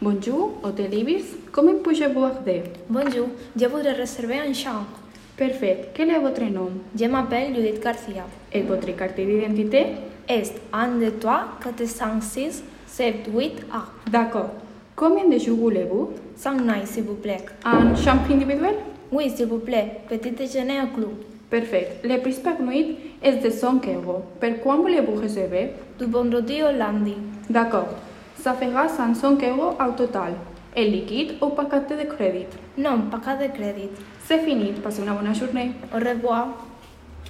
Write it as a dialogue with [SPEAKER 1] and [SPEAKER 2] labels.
[SPEAKER 1] Bonjour, Hotel Ibis, com em puc abordar?
[SPEAKER 2] Bonjour, jo voldré reservar en Champ.
[SPEAKER 1] Perfecte, quel és el vostre nom?
[SPEAKER 2] Jo m'apel Judit García.
[SPEAKER 1] El vostre cartell d'identitat?
[SPEAKER 2] És un de trois, quatre, cinc, sis, set, huit, a.
[SPEAKER 1] D'acord. Combien de jours voulez-vous?
[SPEAKER 2] Cinq nights, s'il vous plaît.
[SPEAKER 1] En chambre individuelle?
[SPEAKER 2] Oui, s'il vous plaît, petit déjeuner au club.
[SPEAKER 1] Perfecte. Le prix par nuit és de 5 euros. Per quan voulez-vous reserver?
[SPEAKER 2] Du vendredi au lundi.
[SPEAKER 1] D'acord. Ça fera 105 euros au total. El líquid o paquet de crèdit.
[SPEAKER 2] Non, pas de crèdit.
[SPEAKER 1] C'est fini. Passez una bona journée.
[SPEAKER 2] Au revoir.